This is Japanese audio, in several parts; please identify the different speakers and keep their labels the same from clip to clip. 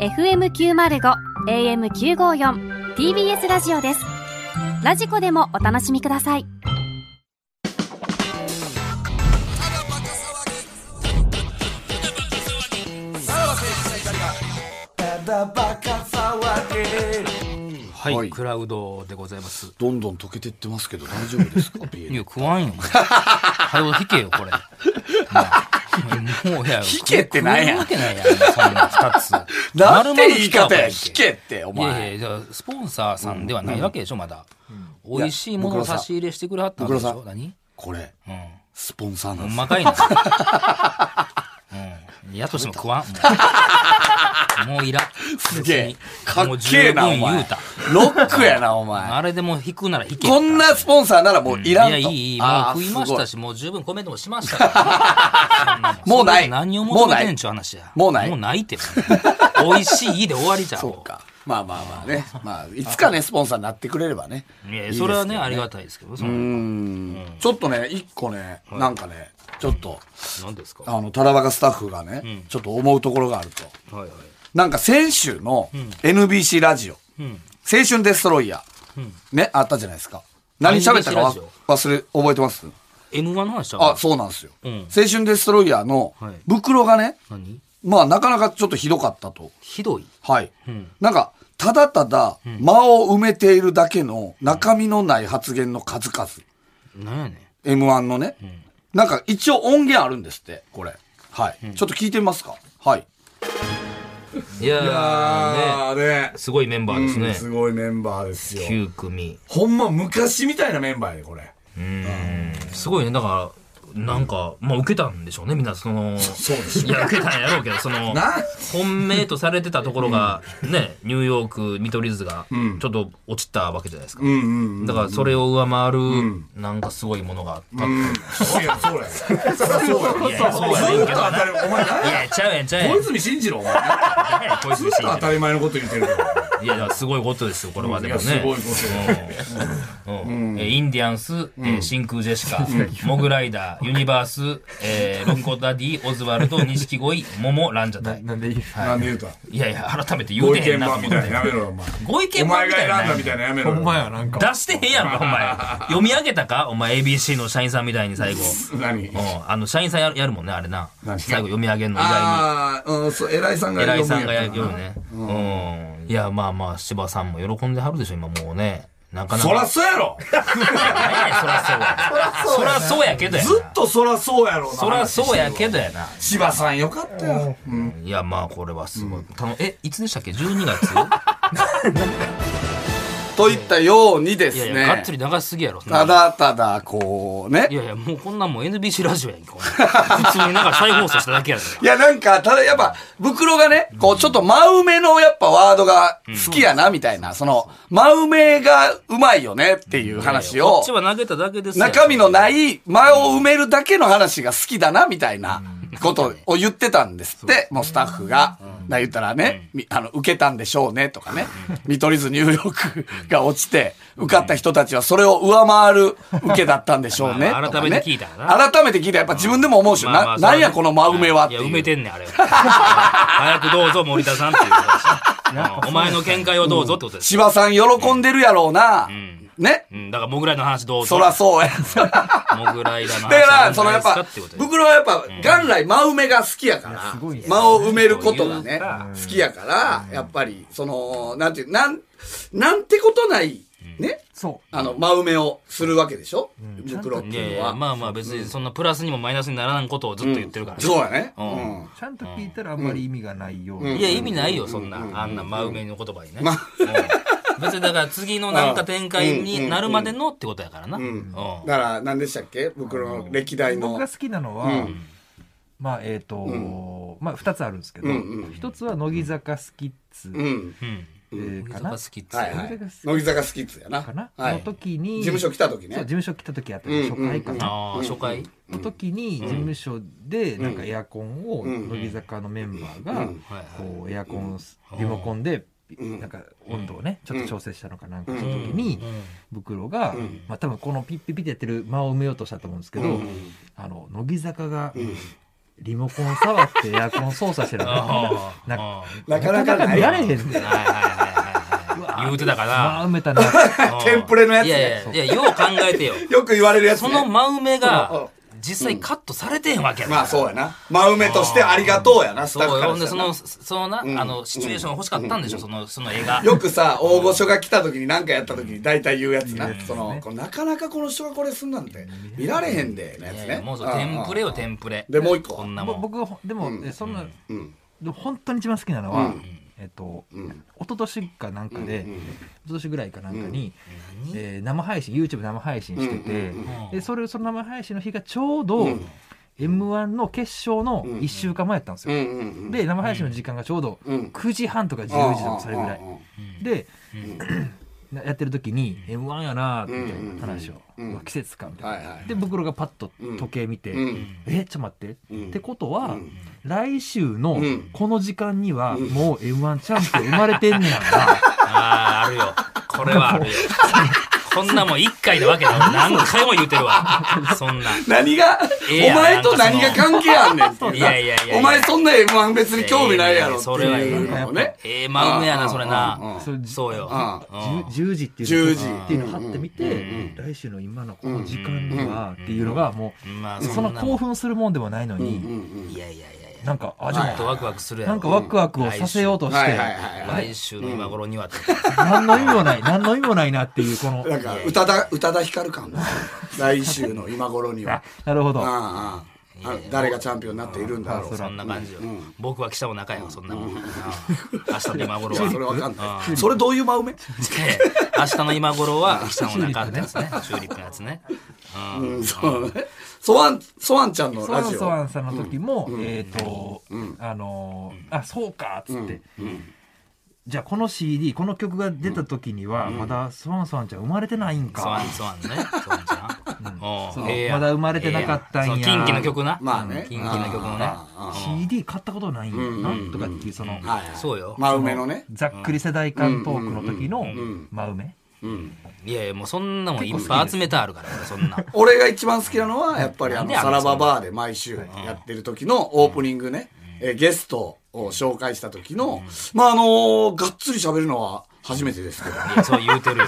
Speaker 1: FM905 AM954 TBS ラジオですラジコでもお楽しみください
Speaker 2: はい、
Speaker 3: はい
Speaker 2: クラウドでございます。
Speaker 3: どんどん溶けてってますけど大丈夫で すか
Speaker 2: い
Speaker 3: PL
Speaker 2: や、食わ んよ。はよ引けよ、これ。もうもういや、
Speaker 3: 引けってなん
Speaker 2: 食え
Speaker 3: や
Speaker 2: るわけないやん、そんな二つ。
Speaker 3: なんて言い方や
Speaker 2: 丸々
Speaker 3: 聞
Speaker 2: 来
Speaker 3: け
Speaker 2: た
Speaker 3: ってお
Speaker 2: わいやいや
Speaker 3: 前
Speaker 2: いや、スポンサーさんではないわけでしょ、まだ。美味しいものを差し入れしてくれはったんでしょ
Speaker 3: 僕らさ
Speaker 2: 何
Speaker 3: これ
Speaker 2: うん。
Speaker 3: スポンサーなん
Speaker 2: ほん
Speaker 3: ですよ
Speaker 2: まかいな。うん。やとしても食わん。 もうもういらん。
Speaker 3: すげえ
Speaker 2: 別
Speaker 3: か
Speaker 2: に
Speaker 3: っけえなお
Speaker 2: もう十分言
Speaker 3: 前
Speaker 2: うた。
Speaker 3: ロックやなお前
Speaker 2: あれでもう引くなら引け。
Speaker 3: こんなスポンサーならもういらんと
Speaker 2: いや、いい、いい。も
Speaker 3: あー
Speaker 2: う食いましたし、もう十分コメントもしました から。
Speaker 3: もうない
Speaker 2: そん何を求めてんちゅう話や。
Speaker 3: もうない
Speaker 2: もうないって。 美味しいで終わりじゃん。
Speaker 3: すごいそうかまあまあまあねまあいつかねスポンサーになってくれればね
Speaker 2: いや、それはね、あり
Speaker 3: が
Speaker 2: がたいですけど、そうの
Speaker 3: んちょっとね一個ねなんかねちょっと
Speaker 2: 何ですか。は
Speaker 3: あのタラバガスタッフがねちょっと思うところがあると
Speaker 2: いはい。
Speaker 3: なんか先週の NBC ラジオ
Speaker 2: うん。
Speaker 3: 「青春デストロイヤー」ねあったじゃないですか何喋ったかわ
Speaker 2: NBC ラジ
Speaker 3: 忘れ覚えてます
Speaker 2: M1 の話した
Speaker 3: あそうなんですよ「
Speaker 2: うん
Speaker 3: 青春デストロイヤー」の
Speaker 2: はい
Speaker 3: 袋がね
Speaker 2: 何
Speaker 3: まあなかなかちょっとひどかったと
Speaker 2: ひどい。
Speaker 3: はい、なんかただただ間を埋めているだけの中身のない発言の数々、
Speaker 2: なんやねん。
Speaker 3: m 1のね、なんか一応音源あるんですってこれはい、ちょっと聞いてみますかはい
Speaker 2: いやーね、
Speaker 3: あれ
Speaker 2: すごいメンバーです
Speaker 3: す
Speaker 2: ね。
Speaker 3: ごいメンバーですよ
Speaker 2: 9組。
Speaker 3: ほんま昔みたいなメンバーやでこれ
Speaker 2: すごいね、だから、なんか、まあ、受けたんでしょうね、みんな、その、
Speaker 3: そうでし
Speaker 2: いや、受けたんやろうけど、そ の、
Speaker 3: な
Speaker 2: 本命とされてたところが、ね、ニューヨーク、見取り図が、ちょっと落ちたわけじゃないですか。
Speaker 3: うんうん
Speaker 2: だから、それを上回る、なんかすごいものがあった。
Speaker 3: いやそうやそう
Speaker 2: いやそうやねんけどな。い
Speaker 3: お前
Speaker 2: や、ちゃうやん、ちゃうやん。
Speaker 3: 泉進次郎お前
Speaker 2: 何やこいつでしょ
Speaker 3: り前のこと言ってるから
Speaker 2: いや、だからすごいことですよ、これはでもね。うんえーインディアンス、えー真空ジェシカ、モグライダー、ユニバース、えーロンコダディ、オズワルド、錦鯉、モモ、ランジャタイ。
Speaker 4: なんでいい
Speaker 5: なんで言うた
Speaker 2: いやいや、改めて言う
Speaker 5: ご
Speaker 2: て
Speaker 5: 意
Speaker 2: へ
Speaker 5: 見
Speaker 2: んなと
Speaker 5: 番
Speaker 2: 思
Speaker 5: み
Speaker 2: って
Speaker 5: たいなやめろよお前
Speaker 2: ご意見
Speaker 5: お
Speaker 2: 番
Speaker 5: 前
Speaker 2: み
Speaker 5: が
Speaker 2: たいな
Speaker 5: 選んだ
Speaker 2: の
Speaker 5: みたいなやめろ
Speaker 4: ほ
Speaker 5: よ
Speaker 4: んまや、なんか。
Speaker 2: 出してへんやんか、お 前。読み上げたかお前 ABC の社員さんみたいに最後。
Speaker 5: 何
Speaker 2: うん、あの、社員さんやるやるもんね、あれな。
Speaker 5: 何
Speaker 2: 最後読み上げんの意外に。
Speaker 5: ああうんそう偉いさんが
Speaker 2: 偉い
Speaker 5: 読
Speaker 2: さ
Speaker 5: む
Speaker 2: んがやる
Speaker 5: や
Speaker 2: よね。うん。いや、まあまあ、柴さんも喜んではるでしょ、今もうね。なかなか。
Speaker 5: そらそうやろ
Speaker 2: 何やそらそうや。そらそうやけどやな。
Speaker 5: ずっとそらそうやろな
Speaker 2: そらそうやけどやな。
Speaker 5: 柴さんよかったよ
Speaker 2: いや、まあ、これはすごい。たのえ、いつでしたっけ ?12 月
Speaker 3: といったようにで
Speaker 2: い
Speaker 3: す
Speaker 2: やい
Speaker 3: ね
Speaker 2: や、がっつり流しすぎやろ。
Speaker 3: ただただこうね
Speaker 2: いやいや、もうこんなんもう NBC ラジオやんけ、こんなん普通になんか再放送しただけやから。
Speaker 3: いや、なんか、ただやっぱ、袋がね、こう、ちょっと真埋めのやっぱワードが好きやな、みたいな、その、真埋めがうまいよねっていう話
Speaker 2: こ
Speaker 3: を
Speaker 2: っち、は投げただけですよ
Speaker 3: 中身のない間を埋めるだけの話が好きだな、みたいなことを言ってたんですって、もうスタッフが。な言ったらね、みあの、受けたんでしょうね、とかね。見取り図ニューヨークが落ちて、受かった人たちはそれを上回る受けだったんでしょうね。
Speaker 2: まあまあ
Speaker 3: とか
Speaker 2: 改め
Speaker 3: ね
Speaker 2: て聞いたら
Speaker 3: 改めて聞いたらやっぱ自分でも思うし、
Speaker 2: まあま
Speaker 3: な、
Speaker 2: あ
Speaker 3: なんやこの真埋めはっ
Speaker 2: い
Speaker 3: てい
Speaker 2: や、
Speaker 3: う。
Speaker 2: 埋めてんねん、あれは。早くどうぞ、森田さんっていう話。なお前の見解をどうぞってことですよ。
Speaker 3: 芝さん喜んでるやろうな。ね。
Speaker 2: うん、だから、モグライダーの話どうぞ。
Speaker 3: そらそうや。 だか
Speaker 2: モグライダーの話。
Speaker 3: ら、そのやっぱ
Speaker 2: てこと、です
Speaker 3: 袋はやっぱ、元来真埋めが好きやから、間を埋めることがね、好きやから、やっぱり、その、なんていう、なん、なんてことない、ね、
Speaker 4: そう。
Speaker 3: あの、真埋めをするわけでしょ袋って
Speaker 2: いや
Speaker 3: い
Speaker 2: いう
Speaker 3: の
Speaker 2: や、
Speaker 3: は。
Speaker 2: まあまあ別にそんなプラスにもマイナスにならんことをずっと言ってるからね。
Speaker 3: そうやね。う
Speaker 2: うん
Speaker 3: ん。
Speaker 4: ちゃんと聞いたらあんまり意味がないよう
Speaker 3: うん
Speaker 4: な。
Speaker 2: いや、意味ないよ、そんな。あんな真埋めの言葉にね。うん別にだから次のなんか展開になるまでのってことやからな。うん
Speaker 3: だから、何でしたっけ袋の歴代
Speaker 4: 僕
Speaker 3: の
Speaker 4: が。好きなのは、まあ、えっ、と、まあ、二つあるんですけど、
Speaker 3: う
Speaker 4: 一、
Speaker 3: んうん
Speaker 4: つは乃木坂スキッズ、
Speaker 3: うん。
Speaker 2: うん。
Speaker 4: えーか
Speaker 2: 水
Speaker 4: な、
Speaker 2: が好きっつう
Speaker 3: はいはい。乃木坂スキッズやな。
Speaker 4: かな、
Speaker 3: はい。
Speaker 4: の
Speaker 3: 事
Speaker 4: 時に、
Speaker 3: 務所来た時
Speaker 4: そう、事
Speaker 3: ね。
Speaker 4: 務所来た時あったり、初回かな。
Speaker 2: ああ、初回。
Speaker 4: の時に事務所でなんかエアコンを乃木坂のメンバーがこうエアコンをリモコンでなんか温度をねちょっと調整したのかなんかした時に袋がまあ多分このピッピピってやってる間を埋めようとしたと思うんですけどあの乃木坂がリモコン触ってエアコン操作してるの
Speaker 2: ああ
Speaker 4: な
Speaker 2: あ
Speaker 3: な
Speaker 4: な
Speaker 3: か
Speaker 4: か
Speaker 3: なか
Speaker 4: なか
Speaker 3: ない
Speaker 4: 見られ
Speaker 3: や
Speaker 4: へんで
Speaker 2: あはいはいはいはいはい言うてたか
Speaker 4: まあ
Speaker 2: ら
Speaker 4: 埋めたな
Speaker 3: テンプレのやつ
Speaker 2: い
Speaker 3: ね
Speaker 2: やいやいやよう考えてよ
Speaker 3: よく言われるやつ
Speaker 2: そ
Speaker 3: ね
Speaker 2: の真埋めが実際カットされてへんわけやから
Speaker 3: まあそうやな真埋めとしてありがとうやなス
Speaker 2: そ
Speaker 3: タッ
Speaker 2: う
Speaker 3: フか
Speaker 2: よ
Speaker 3: ら
Speaker 2: ほんで
Speaker 3: したら
Speaker 2: そ
Speaker 3: な
Speaker 2: のそのなあのシチュエーション欲しかったんでしょそのその絵が
Speaker 3: よくさ大御所が来た時に何かやった時に大体言うやつなその
Speaker 4: ね
Speaker 3: こうなかなかこの人がこれすんなんて見られへんでのや
Speaker 2: い
Speaker 3: つ
Speaker 2: やい
Speaker 3: ね
Speaker 2: やもうそうテンプレ
Speaker 3: を
Speaker 2: よテンプレ
Speaker 3: でもう一
Speaker 2: こ
Speaker 3: 個
Speaker 2: んなも
Speaker 4: ぼ
Speaker 2: ん
Speaker 4: 僕はでも、えそんな、
Speaker 3: うん
Speaker 4: でも本当に一番好きなのは、
Speaker 3: うん
Speaker 4: えっと、
Speaker 3: ん
Speaker 4: 一昨年かなんかで、
Speaker 3: うん
Speaker 4: 一昨年ぐらいかなんかに、えー生配信 YouTube 生配信してて、
Speaker 3: うん
Speaker 2: うんうん
Speaker 4: でそれその生配信の日がちょうど、m 1の決勝の1週間前やったんです
Speaker 3: う
Speaker 4: よ、
Speaker 3: んうんうん
Speaker 4: で生配信の時間がちょうど
Speaker 3: うん
Speaker 4: 9時半とか10時とかそれぐらい、
Speaker 3: うんうんうん
Speaker 4: で、なやってる時に「m 1やな」みたい
Speaker 3: うんうん
Speaker 4: な話を、
Speaker 3: うん
Speaker 4: うわ季節かみたいな、
Speaker 3: はいはい
Speaker 4: で僕らがパッと
Speaker 3: うん
Speaker 4: 時計見て「
Speaker 3: うん
Speaker 4: えちょっと待って」
Speaker 3: うん
Speaker 4: ってことは、
Speaker 3: うん
Speaker 4: 来週の
Speaker 3: うん
Speaker 4: この時間にはもう m 1チャンピオン生まれてん ねやんか
Speaker 2: ああ、あるよ。これはあるよ。こんなもん一回なわけだ。何回も言うてるわ。そんな。
Speaker 3: 何が
Speaker 2: ええやん
Speaker 3: お前と何が関係あんねんってうない
Speaker 2: やいやいや
Speaker 3: お前そんな M1 別に興味ないやろって
Speaker 2: いやいやいや
Speaker 3: い
Speaker 2: そうれは
Speaker 3: のをね
Speaker 2: ええ、真梅や
Speaker 3: う
Speaker 2: な、
Speaker 3: ん
Speaker 2: それ
Speaker 3: うんうん
Speaker 2: な。
Speaker 4: それじ
Speaker 2: そうよ。
Speaker 3: う
Speaker 2: うん
Speaker 4: じゅ 10, 時っていう
Speaker 3: 10時
Speaker 4: のっていうのを貼ってみて、来週の今のこの時間にはっていうのがもう、
Speaker 2: まあ、
Speaker 4: そ
Speaker 2: そ
Speaker 4: んなん
Speaker 2: なも
Speaker 4: 興
Speaker 2: ん。
Speaker 4: 奮するもんでもないのに、
Speaker 2: いやいやいやいや。
Speaker 4: なんかあ
Speaker 2: ち
Speaker 4: で
Speaker 2: ょ
Speaker 4: も
Speaker 2: っとワクワクするやろ。
Speaker 4: なんかワクワクをさせようとして、
Speaker 3: はいはいはいはい
Speaker 2: 来週の今頃にはって。
Speaker 4: 何の意味もない何の意味もないなっていうこの
Speaker 3: なんか宇多田宇多田ヒカル感も 来週の今頃には
Speaker 4: あ なるほど
Speaker 3: ああああ誰がチャンピオンになっているんだろう
Speaker 4: あ
Speaker 2: そんな感じよ。僕は記者も仲やわ、そんなもん。うん明日の今 頃
Speaker 3: それ
Speaker 2: は。
Speaker 3: わかんないそれどういう真埋め
Speaker 2: で明日の今頃は、記者の中ってやつね。チューリップのやつね。うん
Speaker 3: うんそうねソワンソワンちゃんの
Speaker 4: ソワ
Speaker 3: ラ
Speaker 4: ン
Speaker 3: ジ
Speaker 4: ソワ
Speaker 3: オ
Speaker 4: ンさんの時も、えっ、と、あのーあそうかっつって、じゃあこの CD この曲が出た時には、まだソワンソワンちゃん生まれてないん
Speaker 2: ソワ
Speaker 4: か
Speaker 2: ン、ソワン ね。ソワンちゃん。おう
Speaker 4: そう
Speaker 2: ええやん
Speaker 4: まだ生まれてなかったんや
Speaker 2: ええやんそう近畿の曲な。
Speaker 3: まあね
Speaker 2: 近畿の曲のね。
Speaker 4: CD 買ったことないんやな、とかっていうその、
Speaker 3: はいはい
Speaker 2: そうよ。
Speaker 3: 真埋めのね
Speaker 4: ざっくり世代間トークの時の真埋め
Speaker 2: いやいや、もうそんなもんいっぱい集めてあるから、俺そんな。
Speaker 3: 俺が一番好きなのはやっぱりあ
Speaker 2: なん
Speaker 3: の
Speaker 2: であん
Speaker 3: さ
Speaker 2: の
Speaker 3: らばバーで毎週やってる時のオープニングね、えーゲストを紹介した時の、まああのーがっつり喋るのは初めてですけど
Speaker 2: いや、そう言うて るよ。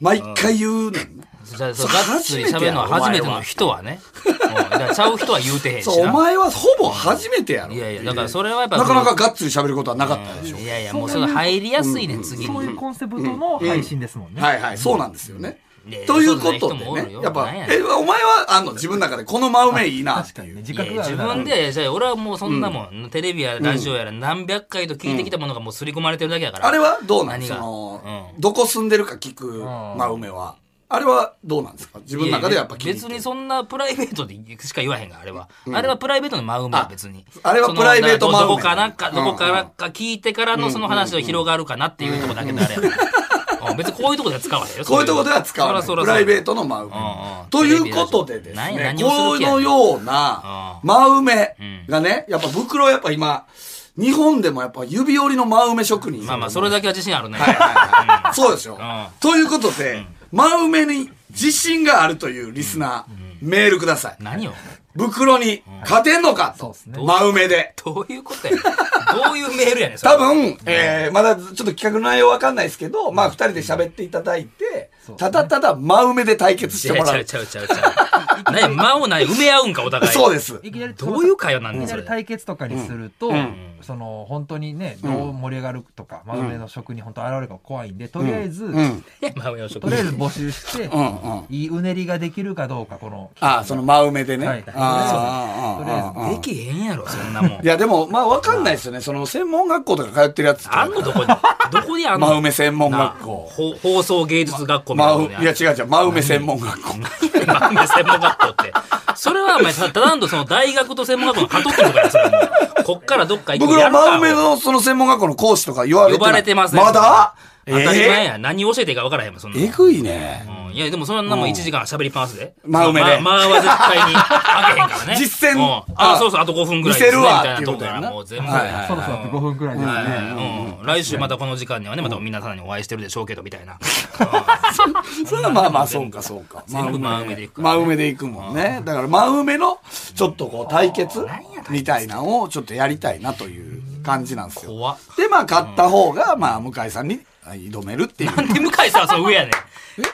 Speaker 3: 毎回言うねんね
Speaker 2: そじゃあ、そう、がっつり喋るのは初めての人はね。うんだからちゃう人は言うてへんし
Speaker 3: そうお
Speaker 2: な。
Speaker 3: 前はほぼ初めてやろ
Speaker 2: いやいや、だからそれはやっぱ。
Speaker 3: なかなかがっつり喋ることはなかったでしょ、
Speaker 2: いやいや、もうそれ入りやすいね、次
Speaker 4: そういう
Speaker 2: に。
Speaker 4: コンセプトの配信ですもんね、
Speaker 3: はいはいそうなんですよね、
Speaker 2: うんいやいや
Speaker 3: ということで
Speaker 2: そうじゃない人もおる
Speaker 3: ね
Speaker 2: よ
Speaker 3: やっぱ
Speaker 2: なんやねん
Speaker 3: えお前はあんの自分の中でこの真埋めいいなっていう、
Speaker 4: 自
Speaker 2: いや
Speaker 4: 覚
Speaker 2: い
Speaker 4: が
Speaker 2: や
Speaker 4: あ
Speaker 2: 自
Speaker 4: るなら
Speaker 2: 分で、いやいや俺はもうそんなもん、テレビやラジオやら何百回と聞いてきたものがもう刷り込まれてるだけだから。
Speaker 3: あれはどうなん
Speaker 2: 何
Speaker 3: そ
Speaker 2: が
Speaker 3: の、
Speaker 2: う
Speaker 3: どこ住んでるか聞く真梅は。あれはどうなんですか自分の中でやっぱ聞いてる
Speaker 2: 別にそんなプライベートでしか言わへんがあれは、あれはプライベートの真埋めや別に
Speaker 3: あれは
Speaker 2: その
Speaker 3: プライベート真埋め
Speaker 2: どこかなんかどこからか聞いてからのその話が広がるかなっていうところだけであれやからうん別にこういうとこでは使わ へんよ
Speaker 3: こういうとこでは使わない。
Speaker 2: そら
Speaker 3: プ
Speaker 2: そら
Speaker 3: ラ
Speaker 2: そら
Speaker 3: イベートの真
Speaker 2: うんう
Speaker 3: 梅
Speaker 2: ん。
Speaker 3: ということでです
Speaker 2: 何
Speaker 3: ね、
Speaker 2: 何をす
Speaker 3: こ
Speaker 2: る気や
Speaker 3: のような真梅がね、やっぱ袋やっぱ今、日本でもやっぱ指折りの真梅職人。
Speaker 2: まあまあそれだけは自信あるね、
Speaker 3: はいはいはい。そうですよ
Speaker 2: ん。
Speaker 3: ということで、真梅に自信があるというリスナー、メールください。
Speaker 2: 何を
Speaker 3: 袋に勝てんのかと。
Speaker 4: ね
Speaker 3: 真梅で。
Speaker 2: どういうことやねんどういうメールやねんそれ
Speaker 3: 多分、えー、まだちょっと企画の内容わかんないですけど、まあ、二人で喋っていただいて、ただただ真埋めで対決し
Speaker 2: ち
Speaker 3: て
Speaker 2: ゃ
Speaker 3: も
Speaker 2: うち
Speaker 3: ら
Speaker 2: ゃ
Speaker 3: う
Speaker 2: う。ちゃうちゃうちゃう何間をない埋め合うんかお互い
Speaker 3: そうです。
Speaker 4: いきなり
Speaker 2: どういう会話なんね
Speaker 4: い
Speaker 2: ん
Speaker 4: き
Speaker 2: そ
Speaker 4: な
Speaker 2: れ
Speaker 4: り対決とかにすると、その本当にねどう盛り上がるとか、真上の職に本当現れるか怖いんでとりあえず、
Speaker 2: 真埋めの職
Speaker 4: とりあえず募集して、
Speaker 3: うんうん。
Speaker 4: いいうねりができるかどうかこの
Speaker 3: ああ、その真埋めでね。
Speaker 4: はい
Speaker 3: あーあー
Speaker 4: とりあえず
Speaker 3: あーあ
Speaker 2: で
Speaker 3: ー
Speaker 2: きへんやろそんなもん
Speaker 3: いや、でも、まあ、わかんないですよね。その、専門学校とか通ってるやつと
Speaker 2: あ
Speaker 3: か
Speaker 2: ん。のどこ にどこにあんの
Speaker 3: 真埋め専門学
Speaker 2: なあ
Speaker 3: 校。
Speaker 2: ほ放送芸術学校みたいな
Speaker 3: 真
Speaker 2: の
Speaker 3: う
Speaker 2: に
Speaker 3: い
Speaker 2: あ
Speaker 3: や、
Speaker 2: る
Speaker 3: 違う違う。真埋め専門学校。
Speaker 2: 真梅専門学校って。それはお前、ただんとその大学と専門学校のかとってるから、それはもう。こっからどっか行
Speaker 3: 僕
Speaker 2: く
Speaker 3: の
Speaker 2: やるか
Speaker 3: 真埋めのその専門学校の講師とか言われてない。
Speaker 2: 呼ばれてません
Speaker 3: まだ
Speaker 2: 当たり前や。何教えていいか分からへんもん、そんなの。
Speaker 3: えぐいね。
Speaker 2: うんいや、でもそんなもん1時間喋りっぱなしで。
Speaker 3: 真埋めで。
Speaker 2: ま間は絶対に開けへんからね
Speaker 3: 実践
Speaker 2: うん
Speaker 3: あ
Speaker 2: あ、そうそう、あと5分ぐらい
Speaker 3: 見せるわ
Speaker 2: みたいなとこか
Speaker 3: っ
Speaker 2: ら、
Speaker 3: ていう
Speaker 2: もう全部。
Speaker 3: はいはい
Speaker 4: そろそろ5分くらいですね。
Speaker 2: はいうん来週またこの時間にはね、また皆さんにお会いしてるでしょうけど、みたいな。
Speaker 3: それはまあまあ、そうか、そうか。
Speaker 2: 全部真埋めでいくから
Speaker 3: 真埋めでいくもんね。だから真埋めの、ちょっとこう、対決みたいなのをちょっとやりたいなという感じなんですよ。
Speaker 2: 怖っ。
Speaker 3: で、まあ、勝った方が、まあ、向井さんに挑めるっていう。
Speaker 2: なんで向井さんはその上やねん。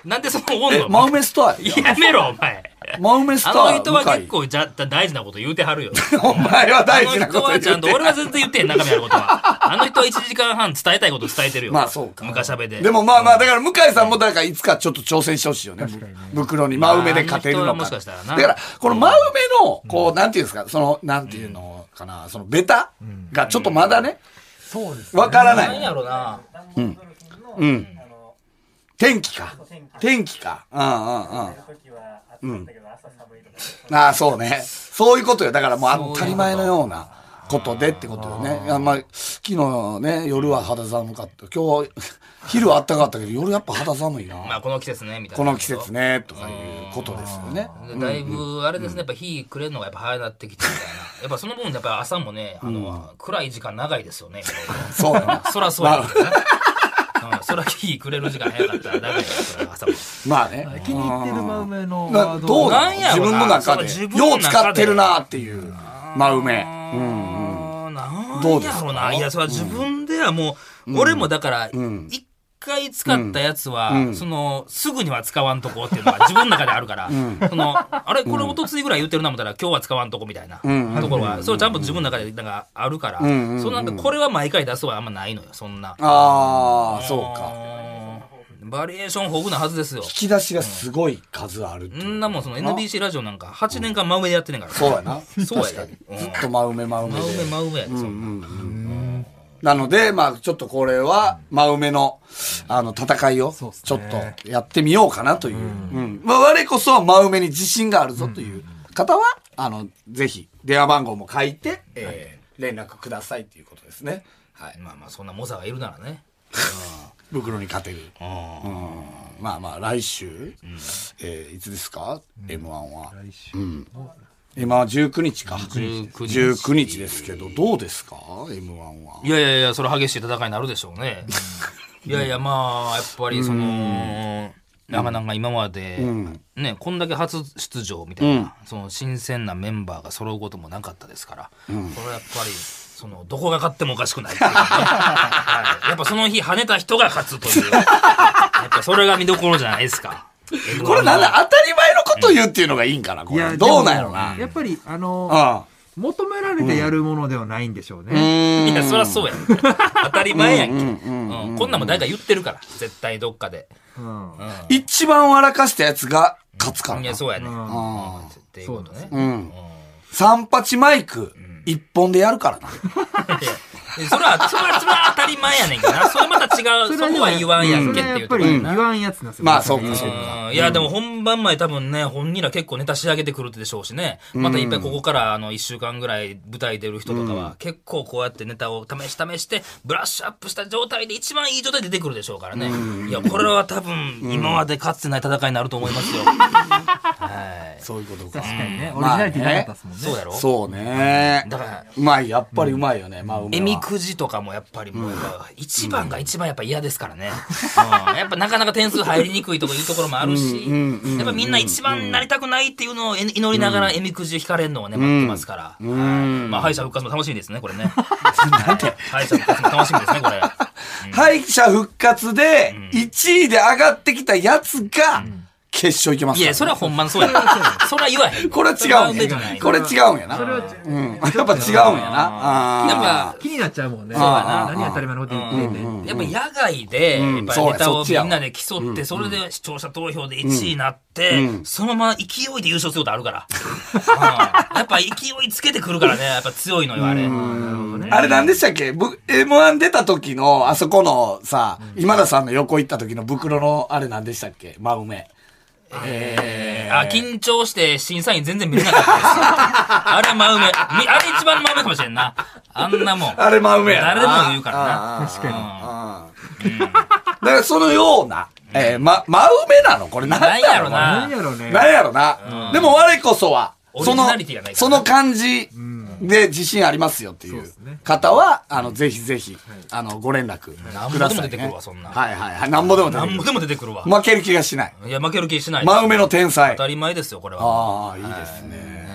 Speaker 2: なんでその温
Speaker 3: え、
Speaker 2: 度
Speaker 3: 真埋めスターや
Speaker 2: やめろ、お前。
Speaker 3: 真埋めスタ
Speaker 2: あ
Speaker 3: ー
Speaker 2: の人は
Speaker 3: 向井
Speaker 2: 結構じゃ大事なこと言うてはるよ。
Speaker 3: お前は
Speaker 2: あ
Speaker 3: 大
Speaker 2: の
Speaker 3: 事な
Speaker 2: 人
Speaker 3: こと言
Speaker 2: は
Speaker 3: っ
Speaker 2: ちゃんと、
Speaker 3: て
Speaker 2: 俺は全然言ってへん、中身あることは。あの人は1時間半伝えたいこと伝えてるよ。
Speaker 3: まあそうか
Speaker 2: 昔喋で。
Speaker 3: でもまあまあ、だから向井さんもだからいつかちょっと挑戦してほしいよね。袋に真埋めで勝てる
Speaker 2: まああ
Speaker 3: の
Speaker 2: の人はも
Speaker 3: か。
Speaker 2: しか
Speaker 3: だ
Speaker 2: したらな
Speaker 3: から、この真埋めの、こう、なんていうんですか、その、なんていうのかな、そのベタがちょっとまだね、
Speaker 4: そうです。
Speaker 3: わからな
Speaker 2: なん
Speaker 3: い。
Speaker 2: やろな。
Speaker 3: 天気か。天気か。うんうんうん。うん。ああ、そうね。そういうことよ。だからもう当たり前のようなことでってことよね。あんまり、昨日ね、夜は肌寒かった。今日、昼は暖かかったけど、夜やっぱ肌寒いな。
Speaker 2: まあこの季節ね、みたい
Speaker 3: こ
Speaker 2: な。
Speaker 3: の季節ね、とかいうことですよね。
Speaker 2: でだいぶ、あれですね、やっぱ日暮れるのがやっぱ早なってきてみたいな。やっぱその分、やっぱ朝もね、あの、暗い時間長いですよね。
Speaker 3: そうやな。
Speaker 2: そらそうやけどね。うんそら日暮れる時間早かったら長いですよ朝も。
Speaker 3: まあね。
Speaker 4: 気に入ってる真梅の
Speaker 3: な
Speaker 4: ワー
Speaker 3: ど
Speaker 4: ド
Speaker 3: うなの
Speaker 2: なんや
Speaker 3: 自
Speaker 2: ろ
Speaker 3: 分
Speaker 2: な
Speaker 3: の中で。
Speaker 2: その自分の中
Speaker 3: よう
Speaker 2: で
Speaker 3: 使ってるなっていう、真埋め。
Speaker 2: うんなん
Speaker 3: どうです
Speaker 2: やろ
Speaker 3: か
Speaker 2: な。いや、それは自分ではもう、俺もだから、一回使ったやつは、その、すぐには使わんとこっていうのが自分の中であるから、その、あれ、これ一昨日ぐらい言ってるな思ったら、今日は使わんとこみたいなところは、それちゃんと自分の中でなんかあるから、そのなんか、これは毎回出すはあんまないのよ、そんな。
Speaker 3: ああ、そうか。
Speaker 2: うんバリエーション豊富なはずですよ。
Speaker 3: 引き出しがすごい数あるってい
Speaker 2: そ
Speaker 3: うん
Speaker 2: なもん、その NBC ラジオなんか、8年間真上でやってんねんから。
Speaker 3: そうやな。
Speaker 2: そうや
Speaker 3: 確かに
Speaker 2: うん
Speaker 3: ずっと真埋め真埋め
Speaker 2: 真上、
Speaker 3: で。
Speaker 2: 真上やで、そんな
Speaker 3: なので、まあちょっとこれは、真埋めの、あの、戦いを、ちょ
Speaker 4: う
Speaker 3: っ
Speaker 4: っすね
Speaker 3: とやってみようかなという。うん。まあ我こそ真埋めに自信があるぞという方は、あの、ぜひ、電話番号も書いて、えー連絡くださいということですね。はい。
Speaker 2: まあまあ、そんな猛者がいるならね。
Speaker 3: 袋に勝てる。うんまあまあ来週、えーいつですか、m 1は
Speaker 4: 来週
Speaker 3: m 1は19日か
Speaker 2: 19日
Speaker 3: 19日ですけどどうですか m 1はい
Speaker 2: やいやいや、それ激しい戦いになるでしょうね。いやいや、まあ、やっぱり、その、なかなか今まで、ね、こんだけ初出場みたいな、その新鮮なメンバーが揃うこともなかったですから、これはやっぱり、その、どこが勝ってもおかしくないっていうねはいやっぱその日跳ねた人が勝つという、やっぱそれが見どころじゃないですか。
Speaker 3: これなんだ当たり前のこと言うっていうのがいいんかなこれどうなんやろな
Speaker 4: やっぱり、あの、
Speaker 3: あ
Speaker 4: 求められてやるものではないんでしょうね。
Speaker 2: いや、そりゃそうやん。当たり前やんけ。うんこんなんも誰か言ってるから、絶対どっかで。
Speaker 3: あ一番笑かしたやつが勝つから
Speaker 2: い
Speaker 3: な
Speaker 2: や、そうやね。
Speaker 3: ん
Speaker 2: うんっていうことね。
Speaker 3: 三八マイク一本でやる からな
Speaker 2: いやそれは、それは、それは当たり前やねんけどな。それまた違う、そ
Speaker 4: れね
Speaker 2: こは言わんやん
Speaker 4: そ
Speaker 2: け
Speaker 4: れ
Speaker 2: っ
Speaker 4: は
Speaker 2: て
Speaker 4: や
Speaker 2: い
Speaker 4: っ
Speaker 2: うと
Speaker 4: ぱ
Speaker 2: こ
Speaker 4: り
Speaker 2: ろや
Speaker 4: 言
Speaker 2: な。
Speaker 4: わんやつなんですよ。
Speaker 3: まあそうかそうか
Speaker 2: うんいや、でも本番前多分ね、本人ら結構ネタ仕上げてくるでしょうしね。またいっぱいここから、あの、一週間ぐらい舞台出る人とかは、結構こうやってネタを試し試して、ブラッシュアップした状態で一番いい状態で出てくるでしょうからね。いや、これは多分、今までかつてない戦いになると思いますよ。はい。
Speaker 3: そういうことか
Speaker 4: 確かにね。オリジナリティなかったですもんね。
Speaker 2: そうやろ
Speaker 3: そうね
Speaker 2: だから
Speaker 3: うまいやっぱりうまいよね、まあう
Speaker 2: え
Speaker 3: め
Speaker 2: み
Speaker 3: は
Speaker 2: くじとかもやっぱりもうやっぱ一番が一番やっぱ嫌ですからね、うんやっぱなかなか点数入りにくいとこいいところもあるし、やっぱみんな一番になりたくないっていうのをえ祈りながらえみくじを引かれるのをね待ってますから、はいまあ敗者復活も楽しみですねこれ ね敗者復活も楽しみですねこれ
Speaker 3: 敗者復活で1位で上がってきたやつが決勝行けます
Speaker 2: い
Speaker 3: から
Speaker 2: や
Speaker 3: ね
Speaker 2: それはほんまの そうやそれは言わへん
Speaker 3: これ
Speaker 2: は
Speaker 3: 違うん
Speaker 2: 上じゃ
Speaker 3: や
Speaker 2: ない
Speaker 3: これ違うんやな。うん。やっぱ違うんやな。
Speaker 2: やっ
Speaker 3: あ
Speaker 2: ぱ
Speaker 4: 気になっちゃうもんね。
Speaker 2: やな
Speaker 4: 何当たり前のこと言ってんねんって。
Speaker 2: やっぱ野外で、やっぱ
Speaker 3: そうや
Speaker 2: ネタ
Speaker 3: そ
Speaker 2: を
Speaker 3: っ
Speaker 2: み
Speaker 3: ちやわ
Speaker 2: んなで競って、それで視聴者投票で1位になって、そのまま勢いで優勝することあるから。 うんやっぱ勢いつけてくるからね、やっぱ強いのよ、あれ。
Speaker 3: ーあれ何でしたっけぶ ?M1 出た時の、あそこのさ、今田さんの横行った時の袋のあれ何でしたっけ真梅。
Speaker 2: えー、あ、緊張して審査員全然見れなかったです。 あれ真埋め。みあれ一番真埋めかもしれんな。あんなもん。
Speaker 6: あれ真上やな
Speaker 2: 誰でも言うからな。
Speaker 4: 確か
Speaker 6: だからそのような、
Speaker 3: えー、ま、真埋めなのこれ何
Speaker 2: なんやろ
Speaker 4: に。なん
Speaker 2: な。
Speaker 4: やろね。
Speaker 3: なんやろな。でも我こそは、
Speaker 2: オリ
Speaker 3: そ
Speaker 2: ジ
Speaker 3: の
Speaker 2: ナリティがない、から
Speaker 3: そ
Speaker 2: な
Speaker 3: の感じで自信ありますよっていう方は、あの、ぜひぜひ、あの、ご連絡
Speaker 2: なんぼ
Speaker 3: くだ
Speaker 2: でも
Speaker 3: さ
Speaker 2: 出
Speaker 3: い
Speaker 2: てく
Speaker 3: ね
Speaker 2: る。わ、そんな。
Speaker 3: はいはいはい。なんぼでも出
Speaker 2: な
Speaker 3: て
Speaker 2: んぼ
Speaker 3: く
Speaker 2: でも出てくるわ
Speaker 3: る。。負ける気がしない。
Speaker 2: いや、負ける気しない。
Speaker 3: 真埋めの天才
Speaker 2: 当。たり前ですよ、これは。
Speaker 3: ああ、いいですね。
Speaker 2: ね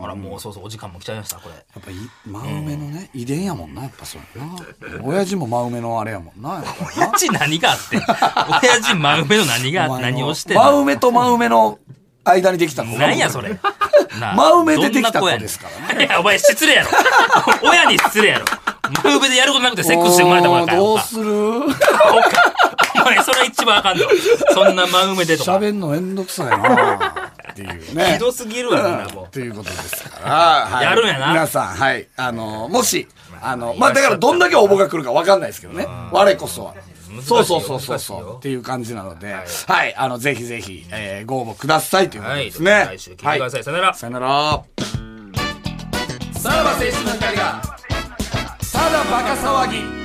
Speaker 2: ほら、もうそうそう、お時間も来ちゃいました、これ。
Speaker 3: やっぱい、真埋めのね、遺伝やもんな、やっぱそうやな。親父も真埋めのあれやもんな、やっぱ
Speaker 2: 親父何があってん親父真埋めの何があって 何をしてん
Speaker 3: 真埋
Speaker 2: の
Speaker 3: めと真埋めの間にできた子が
Speaker 2: 何やそれなあ
Speaker 3: 真埋めでできた子ですから
Speaker 2: どんな子やねんいやお前失礼やろ親に失礼やろ真埋めでやることなくてセックスして生まれた子だから
Speaker 3: どうする
Speaker 2: おかお前それ一番あかんぞそんな真埋めでとか
Speaker 3: 喋んのめんどくさいなっていうね
Speaker 2: ひ。どすぎるわみんなも
Speaker 3: ということですから、 はい
Speaker 2: やるんやな
Speaker 3: 皆さん、はい。あの、もし、あの、まあ、だからどんだけ応募が来るかわかんないですけどね。我こそは。そうそうそうそう
Speaker 2: 難しい
Speaker 3: そう。
Speaker 2: よ
Speaker 3: っていう感じなので、はい。あの、ぜひぜひ、えーご応募くださいということ
Speaker 2: は
Speaker 3: で
Speaker 2: い
Speaker 3: すね。
Speaker 2: 来週聞いてください、さよなら
Speaker 3: さよなら。さらば青春の光が、ただバカ騒ぎ。